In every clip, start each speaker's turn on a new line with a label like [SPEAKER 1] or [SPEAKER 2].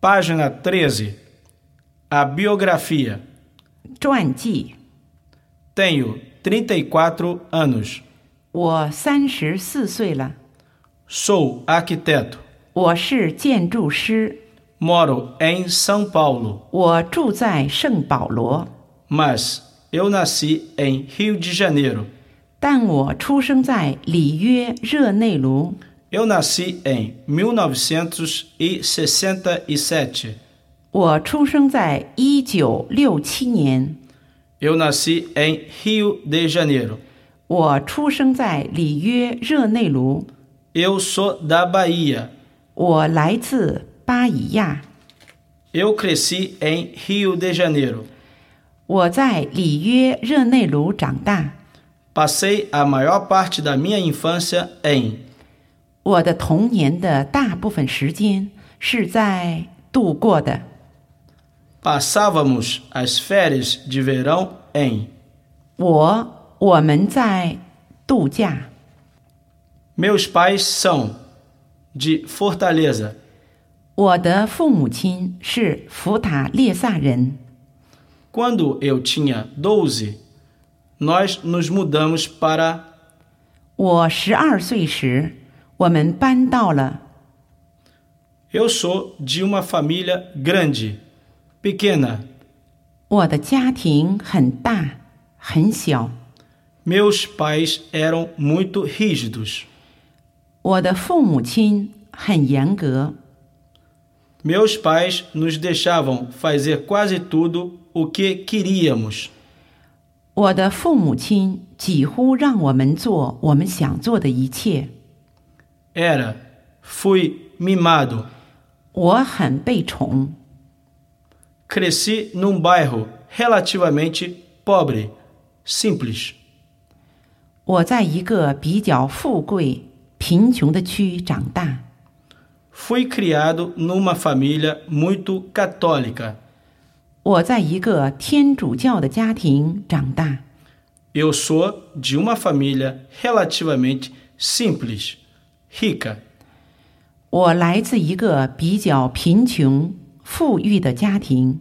[SPEAKER 1] Página 13. A biografia.
[SPEAKER 2] 传记，
[SPEAKER 1] Tenho 34 anos.
[SPEAKER 2] 我三十四岁了，
[SPEAKER 1] Sou arquiteto.
[SPEAKER 2] 我是建筑师，
[SPEAKER 1] Moro em São Paulo,
[SPEAKER 2] 我住在圣保罗，
[SPEAKER 1] mas eu nasci em Rio de Janeiro.
[SPEAKER 2] 但我出生在里约热内卢，
[SPEAKER 1] Eu nasci em 1967.
[SPEAKER 2] 我出生在一九六七年，
[SPEAKER 1] Eu nasci em Rio de Janeiro.
[SPEAKER 2] 我出生在里约热内卢，
[SPEAKER 1] Eu sou da Bahia.
[SPEAKER 2] 我来自巴以亚，
[SPEAKER 1] Eu cresci em Rio de Janeiro.
[SPEAKER 2] 我在里约热内卢长大，
[SPEAKER 1] Passei a maior parte da minha infância em.
[SPEAKER 2] 我的童年的大部分时间是在度过的。
[SPEAKER 1] Passávamos as férias de verão em.
[SPEAKER 2] 我我们在度假，
[SPEAKER 1] Meus pais são de Fortaleza.
[SPEAKER 2] 我的父母亲是福塔列萨人。
[SPEAKER 1] Quando eu tinha 12, nós nos mudamos para.
[SPEAKER 2] 我十二岁时，我们搬到了。
[SPEAKER 1] Eu sou de uma família grande, pequena.
[SPEAKER 2] 我的家庭很大很小，
[SPEAKER 1] Meus pais eram muito rígidos.
[SPEAKER 2] 我的父母亲很严格，
[SPEAKER 1] Meus pais nos deixavam fazer quase tudo o que queríamos.
[SPEAKER 2] 我的父母亲几乎让我们做我们想做的一切。
[SPEAKER 1] Era, fui mimado.
[SPEAKER 2] 我很被宠，
[SPEAKER 1] Cresci num bairro relativamente pobre, simples.
[SPEAKER 2] 我在一个比较富贵、贫穷的区长大。
[SPEAKER 1] Fui criado numa família muito católica.
[SPEAKER 2] 我在一个天主教的家庭长大，
[SPEAKER 1] Eu sou de uma família relativamente simples, rica.
[SPEAKER 2] 我来自一个比较贫穷、富裕的家庭。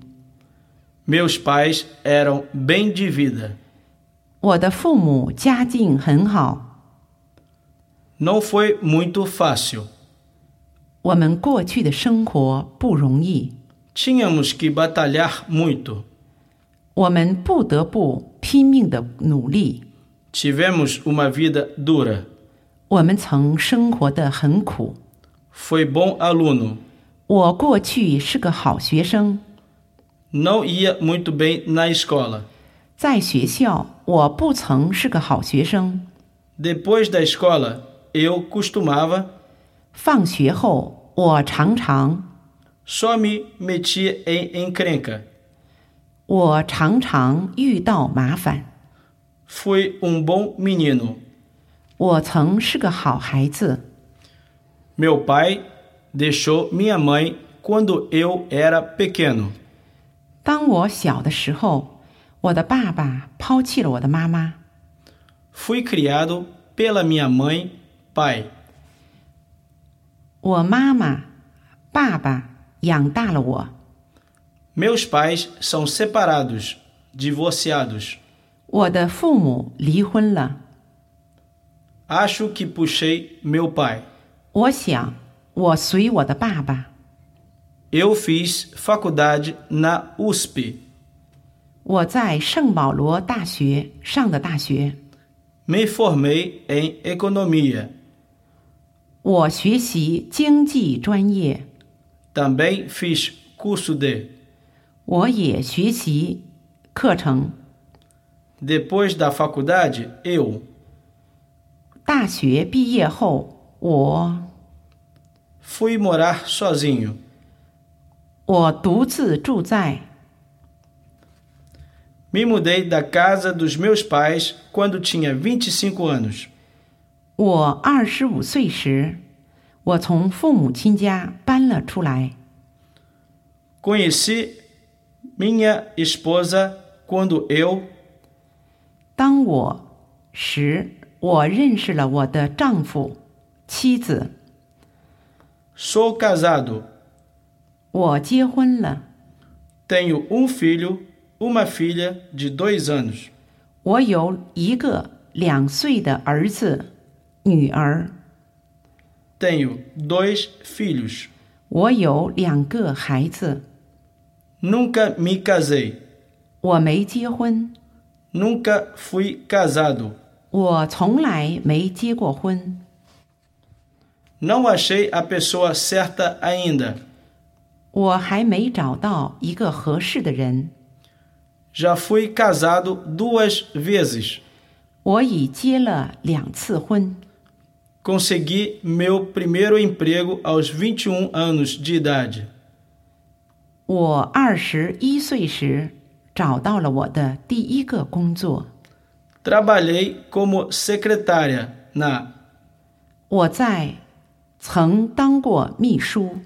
[SPEAKER 1] Meus pais eram bem de vida.
[SPEAKER 2] 我的父母家境很好，
[SPEAKER 1] Não foi muito fácil.
[SPEAKER 2] 我们过去的生活不容易，
[SPEAKER 1] Tínhamos que batalhar muito.
[SPEAKER 2] 我们不得不拼命的努力。
[SPEAKER 1] Tivemos uma vida dura.
[SPEAKER 2] 我们曾生活的很苦。
[SPEAKER 1] Foi bom aluno.
[SPEAKER 2] 我过去是个好学生，
[SPEAKER 1] Não ia muito bem na escola.
[SPEAKER 2] 在学校我不曾是个好学生。
[SPEAKER 1] Depois da escola, eu costumava
[SPEAKER 2] 放学后，我常常
[SPEAKER 1] só me metia em encrenca.
[SPEAKER 2] 我常常遇到麻烦。
[SPEAKER 1] Fui um bom menino.
[SPEAKER 2] 我曾是个好孩子，
[SPEAKER 1] Meu pai deixou minha mãe quando eu era pequeno.
[SPEAKER 2] 当我小的时候，我的爸爸抛弃了我的妈妈。
[SPEAKER 1] Fui criado pela minha mãe, pai.
[SPEAKER 2] 我妈妈、爸爸养大了我。
[SPEAKER 1] Meus pais são separados, divorciados.
[SPEAKER 2] 我的父母离婚了。
[SPEAKER 1] Acho que puxei meu pai.
[SPEAKER 2] 我想，我随我的爸爸。
[SPEAKER 1] Eu fiz faculdade na USP.
[SPEAKER 2] 我在圣保罗大学上的大学，
[SPEAKER 1] Me formei em economia.
[SPEAKER 2] 我学习经济专业，
[SPEAKER 1] Também fiz curso de.
[SPEAKER 2] 我也学习课程。
[SPEAKER 1] Depois da faculdade, eu
[SPEAKER 2] 大学毕业后，我
[SPEAKER 1] fui morar sozinho.
[SPEAKER 2] 我独自住在，
[SPEAKER 1] Me mudei da casa dos meus pais quando tinha 25 anos.
[SPEAKER 2] 我二十五岁时，我从父母亲家搬了出来。
[SPEAKER 1] Conheci minha esposa quando eu
[SPEAKER 2] 当我时，我认识了我的丈夫、妻子。
[SPEAKER 1] sou casado.
[SPEAKER 2] 我结婚了，
[SPEAKER 1] Tenho um filho, uma filha de dois anos.
[SPEAKER 2] 我有一个两岁的儿子、女儿，
[SPEAKER 1] Tenho dois filhos.
[SPEAKER 2] 我有两个孩子，
[SPEAKER 1] Nunca me casei.
[SPEAKER 2] 我没结婚，
[SPEAKER 1] Nunca fui casado.
[SPEAKER 2] 我从来没结过婚，
[SPEAKER 1] Não achei a pessoa certa ainda.
[SPEAKER 2] 我还没找到一个合适的人，
[SPEAKER 1] Já fui casado duas vezes.
[SPEAKER 2] 我已结了两次婚，
[SPEAKER 1] Consegui meu primeiro emprego aos 21 anos de idade.
[SPEAKER 2] 我二十一岁时找到了我的第一个工作，
[SPEAKER 1] Trabalhei como secretária na
[SPEAKER 2] 我在曾当过秘书，